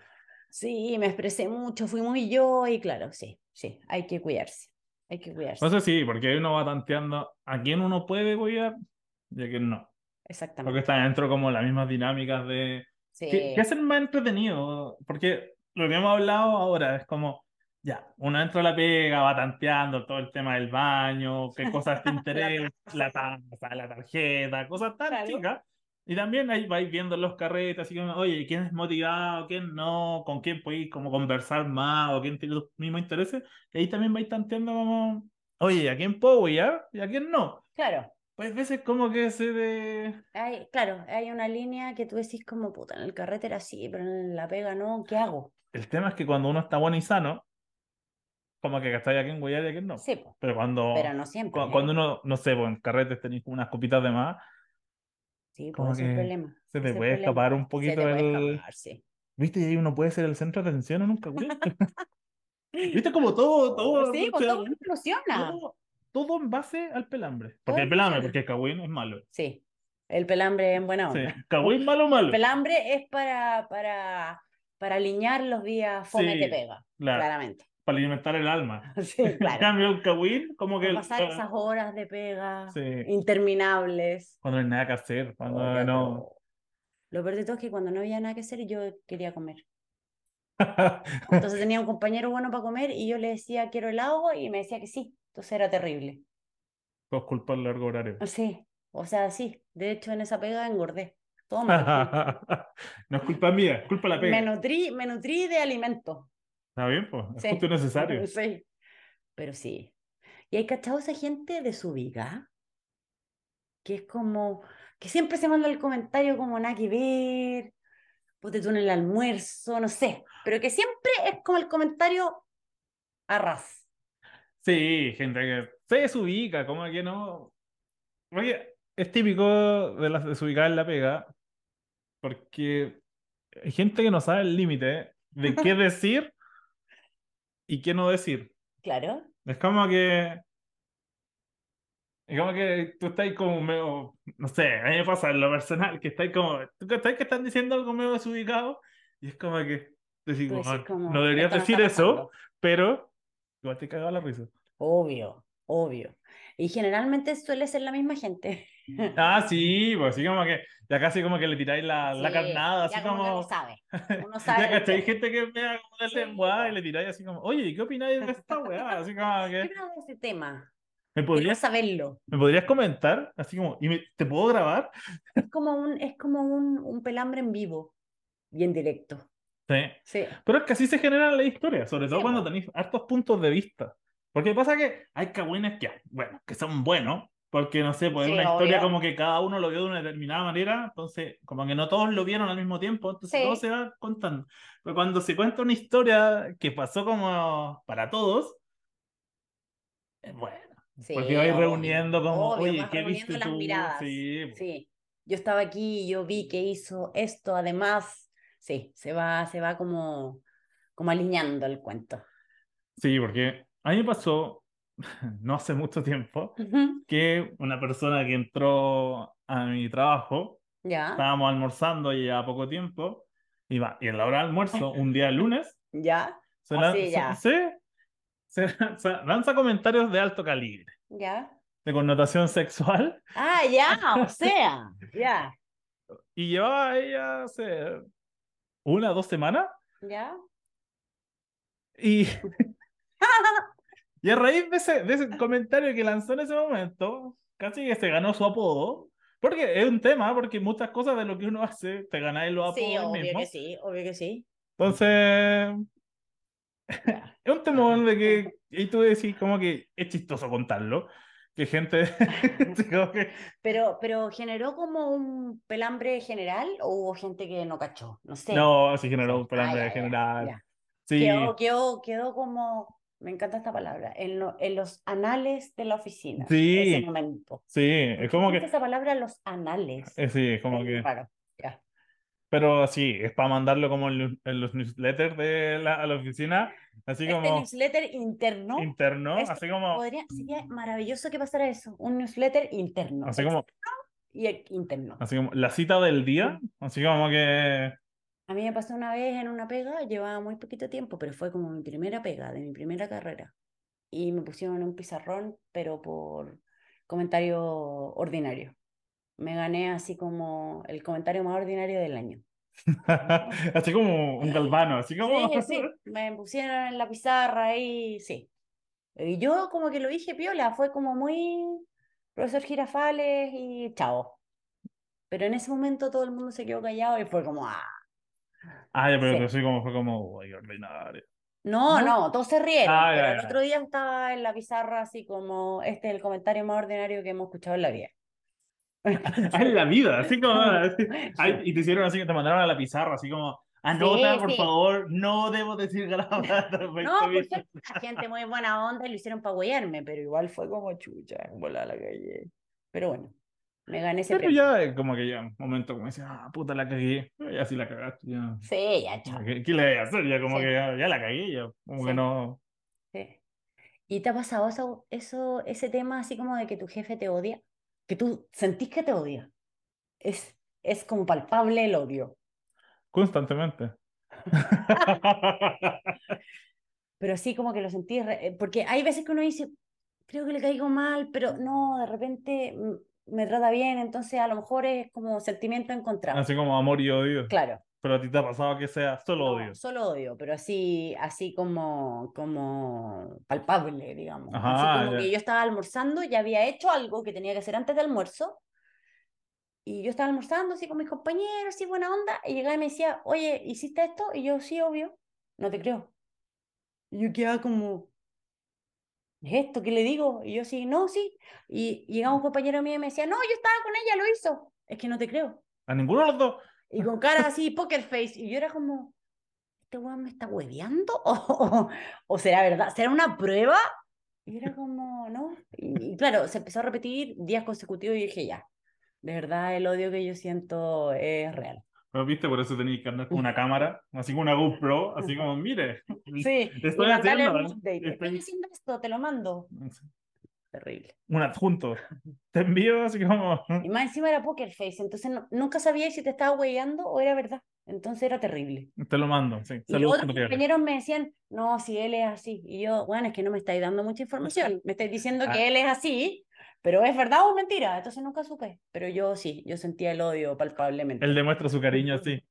Sí, me expresé mucho, fui muy yo. Y claro, sí, sí, hay que cuidarse. Hay que cuidarse. Entonces sí, porque ahí uno va tanteando a quién uno puede cuidar y a quién no. Porque Exactamente. está dentro como las mismas dinámicas de... ¿Qué, Sí. qué hacen más entretenido? Porque lo que hemos hablado ahora es como, ya, uno entra a la pega, va tanteando todo el tema del baño, qué cosas te interesan, la taza, la tarjeta, cosas tan Claro. chicas. Y también ahí vais viendo los carretes, así como, oye, ¿quién es motivado? ¿Quién no? ¿Con quién podéis como conversar más? ¿O quién tiene los mismos intereses? Y ahí también vais tanteando como, oye, ¿a quién puedo guiar? ¿Y a quién no? Claro, Pues a veces como que se de... hay, claro, hay una línea que tú decís como, puta, en el carrete era así, pero en la pega no, ¿qué hago? El tema es que cuando uno está bueno y sano, como que gastáis a quien huear y a quien no. Sí, po, Pero cuando, pero no siempre. cu- ¿eh? cuando uno, no sé, pues en carretes tenéis como unas copitas de más, Sí, pues como ese es el que problema. se ese te es el puede problema. escapar un Se te poquito puede el. escapar, sí. ¿Viste? Y ahí uno puede ser el centro de atención en un cagüín. ¿Viste? Como todo, todo. Sí, pues se- todo inclusiona. todo- todo en base al pelambre. Todo Porque el en pelambre, base. porque el cagüín es malo. Sí, el pelambre en buena Sí, onda. cagüín malo, malo. El pelambre es para, para, para alinear los días fome Sí, te pega, Claro. claramente. para alimentar el alma. Sí, En claro. cambio, un kawin, como que. eh, Para pasar esas horas de pega Sí, interminables. cuando no hay nada que hacer, cuando Oiga, no. Lo lo peor de todo es que cuando no había nada que hacer, yo quería comer. Entonces tenía un compañero bueno para comer y yo le decía quiero helado y me decía que sí. Entonces era terrible. Todos culpa el largo horario. Sí, o sea, sí. De hecho, en esa pega engordé. Todo me nutrí. no es culpa mía, es culpa de la pega. me nutrí, me nutrí de alimento. Está bien, pues. Es Sí. justo y necesario. Sí. Pero sí. Y hay cachado esa gente desubicada, que es como, que siempre se manda el comentario como nada que ver, ponte tú en el almuerzo, no sé, pero que siempre es como el comentario a ras. Sí, gente que se desubica, como que no. Oye, es típico de las desubicadas en la pega, porque hay gente que no sabe el límite de qué decir y qué no decir. Claro, Es como que. Es como que tú estás como medio. No sé, a mí me pasa en lo personal, que estás como. Tú estás que están diciendo algo medio desubicado, y es como que. decís, tú decís "Weón, Pues como, no deberías "Esto decir está eso, pasando". pero. Igual te cagaba la risa. Obvio, obvio. Y generalmente suele ser la misma gente. Ah, sí, pues así como que ya casi como que le tiráis la, la Sí, carnada, así ya como que uno como. sabe, uno Ya sabe del cachai, tema. gente que vea como del Sí, lenguaje y po. le tiráis así como, oye, ¿y qué opináis de esta weá? Así como ¿Qué que. opinas de ese tema? ¿Me Quiero podrías, saberlo. ¿me podrías comentar? Así como, ¿y me- te puedo grabar? Es como un, es como un, un pelambre en vivo y en directo. Sí. Sí. Pero es que así se generan las historias, sobre todo Sí, cuando po. tenéis hartos puntos de vista. Porque pasa que hay cagüines que, bueno, que son buenos, porque no sé, pues es Sí, una historia obvio. como que cada uno lo vio de una determinada manera, entonces como que no todos lo vieron al mismo tiempo, entonces Sí. todo se va contando. Pero cuando se cuenta una historia que pasó como para todos, es bueno. Sí, Porque vais obvio. reuniendo como, Obvio, oye, vas ¿qué reuniendo viste las tú? miradas. Sí, po. Sí. Yo estaba aquí y yo vi que hizo esto, además. Sí, se va, se va como, como alineando el cuento. sí, porque a mí me pasó, no hace mucho tiempo, Ujú. que una persona que entró a mi trabajo, Ya, estábamos almorzando ya poco tiempo, y va, y en la hora de almuerzo, un día lunes, ya, se, Así lan- ya. se- se- se- se lanza comentarios de alto calibre, ya. de connotación sexual, Ah, ya, o sea, ya, y llevaba ella hace una o dos semanas, ya. y, y a raíz de ese, de ese comentario que lanzó en ese momento, casi que se ganó su apodo. Porque es un tema, porque muchas cosas de lo que uno hace, te ganáis los apodos Sí, obvio mismo. que sí, obvio que sí. Entonces, Ya. Es un temón de que, y tú decís como que es chistoso contarlo, que gente, como que- Pero, pero generó como un pelambre general o hubo gente que no cachó, no sé. no, se generó un plan Ah, ya, de ya, general. ya. Sí, Quedó, quedó, quedó como, me encanta esta palabra, en, lo- en los anales de la oficina, Sí. ese momento. sí, es como que, esa palabra los anales? eh, sí, es como Es que, raro, ya. pero sí, es para mandarlo como en, los- en los newsletters de la, a la oficina, así Este como newsletter Este interno interno, es- así como, podría, sería maravilloso que pasara eso, un newsletter interno, pues, así como, y el interno. así como la cita del día, así como que, A mí me pasó una vez en una pega, llevaba muy poquito tiempo, pero fue como mi primera pega de mi primera carrera. Y me pusieron un pizarrón, pero por comentario ordinario. Me gané así como el comentario más ordinario del año. así como un galvano, así como, Sí, sí, me pusieron en la pizarra ahí, sí. Y yo como que lo dije piola, fue como muy profesor Girafales y chao. Pero en ese momento todo el mundo se quedó callado y fue como, ah, ah, ya, pero Sí. así como fue como, uy, ordinario. No, ¿No? no, todos se rieron, Ah, pero ya, el ya. otro día estaba en la pizarra así como, este es el comentario más ordinario que hemos escuchado en la vida. Ah, en la vida, así como. ah, así. Ay, y te hicieron así, te mandaron a la pizarra, así como, anota, Sí, por sí. favor, no debo decir palabra No, pues, respecto a porque esto". la gente muy buena onda y lo hicieron para huearme, pero igual fue como chucha, volá a la calle. Pero bueno, me gané ese Pero premio. ya, eh, como que ya, un momento, como decía, ah, puta, la cagué. Ya sí la cagaste, ya. Mm. Sí, ya, chao. ¿Qué, qué le voy a hacer? Ya como Sí. que ya, ya la cagué, ya. Como que Sí. no. sí. ¿Y te ha pasado eso, eso, ese tema así como de que tu jefe te odia? Que tú sentís que te odia. Es, es como palpable el odio. Constantemente. pero sí como que lo sentí, re- eh, porque hay veces que uno dice, creo que le caigo mal, pero no, de repente mm, me trata bien, entonces a lo mejor es como sentimiento encontrado. Así como amor y odio. Claro. Pero a ti te ha pasado que sea solo No, odio. solo odio, pero así, así como, como palpable, digamos. Así Ajá, como ya. que yo estaba almorzando, ya había hecho algo que tenía que hacer antes de almuerzo. Y yo estaba almorzando así con mis compañeros, así buena onda. Y llegaba y me decía, oye, ¿hiciste esto? Y yo, sí, obvio. No te creo. Y yo quedaba como, ¿es esto? ¿Qué le digo? Y yo, sí, no, sí. Y llegaba un Mm. compañero mío y me decía, no, yo estaba con ella, lo hizo. Es que no te creo. A ninguno de los dos. Y con cara así, poker face. Y yo era como, ¿este weón me está hueveando? ¿O, o, o será verdad? ¿Será una prueba? Y era como, ¿no? Y, y claro, se empezó a repetir días consecutivos y dije, ya, de verdad el odio que yo siento es real. Pero viste, por eso tenéis que andar con una cámara, así como una GoPro, así como, mire, Sí, Te estoy y mandarle haciendo, un ¿eh? update. Estoy- Estoy haciendo esto, te lo mando. Terrible. un adjunto. Te envío así como... Y más encima era poker face, entonces no- nunca sabía si te estaba hueveando o era verdad. Entonces era terrible. Te lo mando, sí. Y Saludos, otros Gabriel. compañeros me decían, no, si él es así. Y yo, bueno, es que no me estáis dando mucha información. Me estáis diciendo Ah. que él es así, pero es verdad o es mentira. Entonces nunca supe. Pero yo sí, yo sentía el odio palpablemente. Él demuestra su cariño así.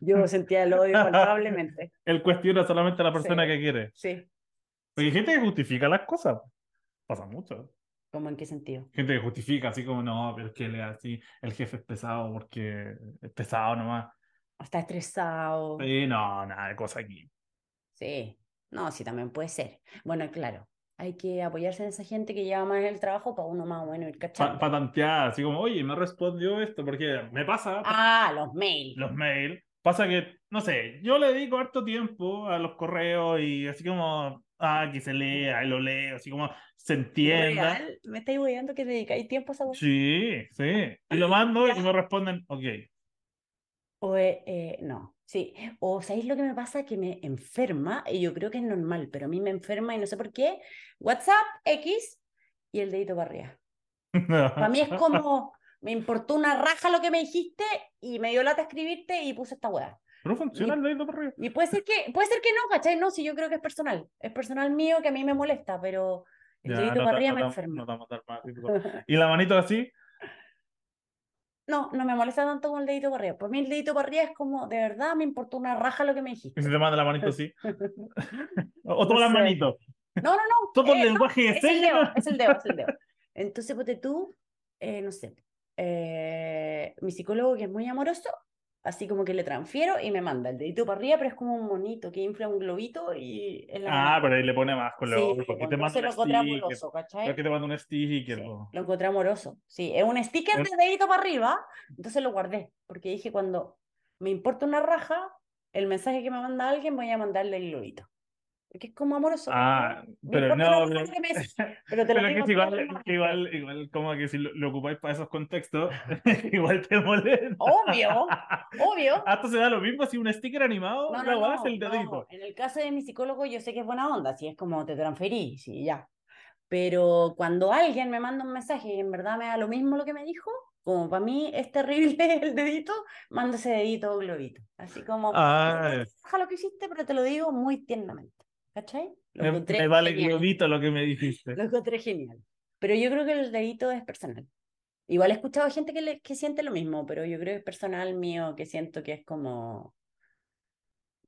Yo sentía el odio palpablemente. Él cuestiona solamente a la persona Sí. que quiere. Sí. Porque hay gente que justifica las cosas. Pasa mucho. ¿Cómo en qué sentido? Gente que justifica así como, no, pero es que él es así, el jefe es pesado porque es pesado nomás. Está estresado. Sí. Sí, no, nada de cosa aquí. No, sí, también puede ser. Bueno, claro, hay que apoyarse en esa gente que lleva más el trabajo para uno más bueno ir Para cachando. tantear, así como, oye, me respondió esto porque me pasa, Ah, los mails. los mails. Pasa que, no sé, yo le dedico harto tiempo a los correos y así como, ah, que se lea y lo leo, así como se entienda. Real, me estáis hueveando que dedicáis tiempo a esa cosa. Sí, sí. Y lo mando y me responden, ok. O, eh, eh, no, sí. O ¿sabéis lo que me pasa? Que me enferma, y yo creo que es normal, pero a mí me enferma y no sé por qué. WhatsApp, X y el dedito para arriba. Para mí es como, me importó una raja lo que me dijiste y me dio lata escribirte y puse esta weá. Pero funciona el dedito para arriba. Y puede ser que, puede ser que no, ¿cachai? No, si yo creo que es personal. Es personal mío que a mí me molesta, pero el Ya, dedito no para te- arriba no me te- enferma. no te va a matar más, dedito para arriba. Y la manito así, No, no me molesta tanto con el dedito para arriba. Para mí el dedito para arriba es como, de verdad, me importó una raja lo que me y dijiste. se te manda la manito así. O, o No toma la sé. manito. No, no, no. Todo el eh, no, lenguaje de es el dedo, señas. es el dedo, es el dedo. Entonces, ponte tú, eh, no sé, eh, mi psicólogo que es muy amoroso, así como que le transfiero y me manda el dedito para arriba, pero es como un monito que infla un globito y en Ah, la pero ahí le pone más Sí, color. pues, porque te manda entonces lo un encontré sticker. amoroso, Pero ¿cachai? que te manda un sticker. ¿eh? Sí, po. lo encontré amoroso. Sí, es un sticker Es- de dedito para arriba, entonces lo guardé, porque dije cuando me importa una raja, el mensaje que me manda alguien voy a mandarle el globito. Porque es como amoroso. Ah, ¿cachai? Me pero no, importa una pero- raja lo que me decís, pero te lo Pero que digo es en igual, forma- que igual, igual como que si lo, lo ocupáis para esos contextos, igual te molesta. Obvio, obvio. Hasta se da lo mismo si un sticker animado, No, la no, weá no, es el no. dedito. En el caso de mi psicólogo, yo sé que es buena onda, si es como te transferí, sí, ya. Pero cuando alguien me manda un mensaje y en verdad me da lo mismo lo que me dijo, como para mí es terrible el dedito, mando ese dedito o globito. Así como, Ah, baja lo que hiciste, pero te lo digo muy tiernamente. ¿Cachai? Lo me, encontré em, me vale genial. globito lo que me dijiste. Lo encontré genial. Pero yo creo que el dedito es personal. Igual he escuchado gente que, le- que siente lo mismo, pero yo creo que es personal mío, que siento que es como...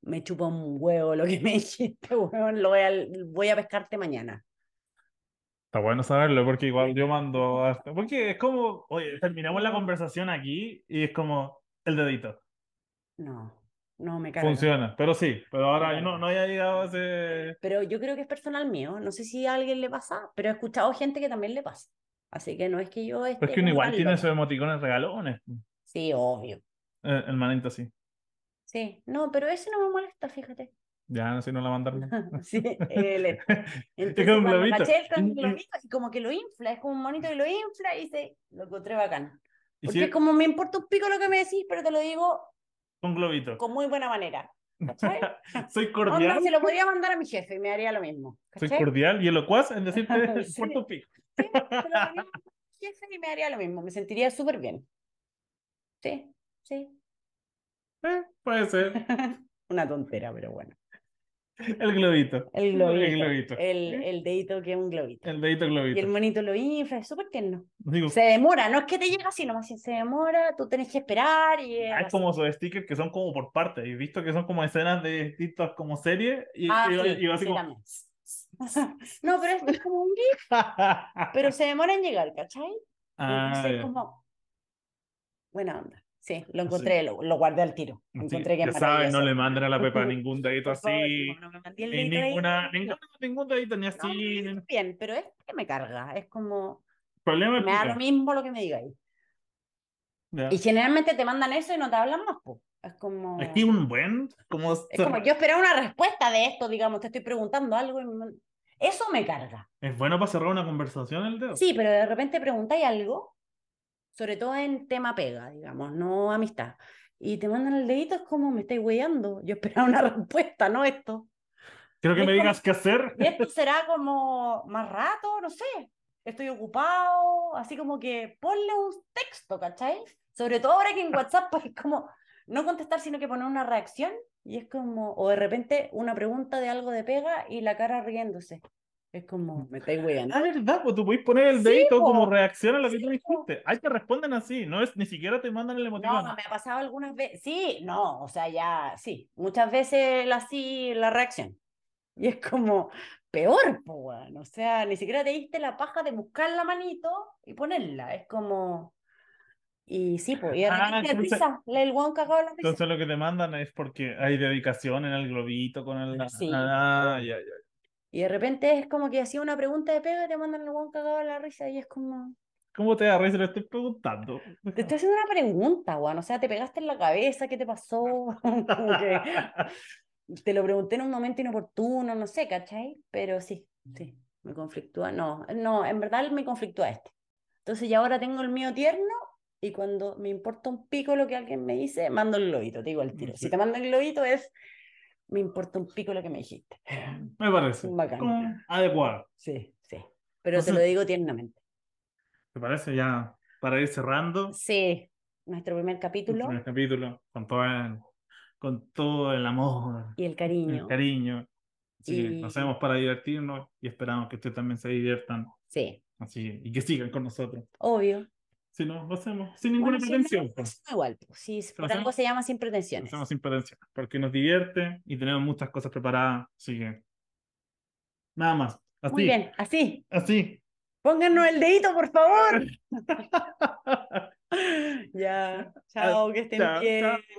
Me chupa un huevo lo que me dijiste, huevón, lo voy a, voy a pescarte mañana. Está bueno saberlo, porque igual yo mando hasta... Porque es como, oye, terminamos la conversación aquí y es como el dedito. No, no me carga. Funciona, pero sí, pero ahora yo no, no haya llegado a ese... Pero yo creo que es personal mío, no sé si a alguien le pasa, pero he escuchado gente que también le pasa. Así que no es que yo esté Es que uno como igual tan tiene loca. esos emoticones regalones, Eh, Sí, obvio. el, el manito así. Sí, no, pero ese no me molesta, fíjate. Ya, no sé, no la mandaron. Sí, el este. Entonces, como un cuando globito. caché el con- Y- y- globito, así como que lo infla, es como un monito que lo infla y dice, lo encontré bacán. Y Porque sí, es como me importa un pico lo que me decís, pero te lo digo un globito. con muy buena manera. ¿Cachai? Soy Ah, Onda, cordial, se lo podría mandar a mi jefe y me haría lo mismo. soy ¿cachai? cordial y elocuaz en decirte Sí. por tu pico. Se lo daría a mi jefe y me haría lo mismo. Me sentiría súper bien. Sí, sí. Eh, puede ser. Una tontera, pero bueno. El globito. El globito. El globito. ¿Eh? El, el dedito que es un globito. El dedito Y el globito. monito lo infla, es súper tierno. Digo, Se demora, no es que te llega así nomás, si se demora, tú tenés que esperar y... es hay así. Ah, como esos stickers que son como por partes. He visto que son como escenas de distintas como series. Y, Ah, y va- sí, y va así sí, como... también. No, pero es- es como un gif, pero se demora en llegar, ¿cachai? Ah, Entonces, ya. como... Buena onda. Sí, lo Así. encontré, lo, lo guardé al tiro. Encontré Sí, que ya es sabes, no maravilloso. le manden a la Pepa ningún dedito Por favor, así. no, no me mandé el Ni dedito ahí. ninguna, ninguna, ningún dedito ni No, así. ni- Bien, pero es que me carga, es como... Problema es Me da lo puta. mismo lo que me digáis. Ya. Y generalmente te mandan eso y no te hablan más, po. Es como... Es que un buen, como, Es como yo esperaba una respuesta de esto, digamos, te estoy preguntando algo y me mand- eso me carga. es bueno para cerrar una conversación el dedo. Sí, pero de repente preguntáis algo, sobre todo en tema pega, digamos, no amistad. Y te mandan el dedito, es como me estáis weyando. Yo esperaba una respuesta, no esto. Quiero que es me como- digas qué hacer. Y esto será como más rato, no sé. Estoy ocupado, así como que ponle un texto, ¿cachai? Sobre todo ahora que en WhatsApp pues, es como no contestar, sino que poner una reacción. Y es como, o de repente una pregunta de algo de pega y la cara riéndose. Es como, me estáis weando. Ah, verdad, pues tú puedes poner el Sí, dedito po. como reacción a lo que Sí, tú po. dijiste. Ahí te responden así, no es ni siquiera te mandan el No, emoticono. me ha pasado algunas veces. Sí, no, o sea, ya, sí. Muchas veces la, sí, la reacción. Y es como, peor, po, weón. O sea, ni siquiera te diste la paja de buscar la manito y ponerla. Es como. Y sí, pues, y de Ah, repente entonces- risa, le- el weón cagado en la risa. Entonces lo que te mandan es porque hay dedicación en el globito con el... Sí. Ah, ya, ya. Y de repente es como que hacía una pregunta de pega y te mandan el weón cagado en la risa. Y es como, ¿Cómo te agarré? Se lo estoy preguntando. te estoy haciendo una pregunta, weón. O sea, te pegaste en la cabeza, ¿qué te pasó? Como que- te lo pregunté en un momento inoportuno, no sé, ¿cachai? Pero sí, sí, me conflictúa. No, no, en verdad me conflictúa este. Entonces ya ahora tengo el mío tierno y cuando me importa un pico lo que alguien me dice, mando el globito, te digo el tiro. Si te mando el globito es, me importa un pico lo que me dijiste. Me parece. Bacán. Como Adecuado. Sí, sí. Pero te Entonces- lo digo tiernamente. ¿Te parece ya para ir cerrando Sí, nuestro primer capítulo el capítulo con todo el, con todo el amor, y el el cariño. cariño? Así que Y- lo hacemos para divertirnos y esperamos que ustedes también se diviertan Sí, así y que sigan con nosotros. obvio. Si no, lo hacemos sin ninguna Bueno, si no, pretensión. pues. Igual, pues, sí, por hacemos- algo se llama sin Lo pretensiones. hacemos sin pretensión porque nos divierte y tenemos muchas cosas preparadas. Así que nada más. Así, Muy bien, así. así. Pónganos el dedito, por favor. Ya, chao, que estén Chao, bien. Ah, chao.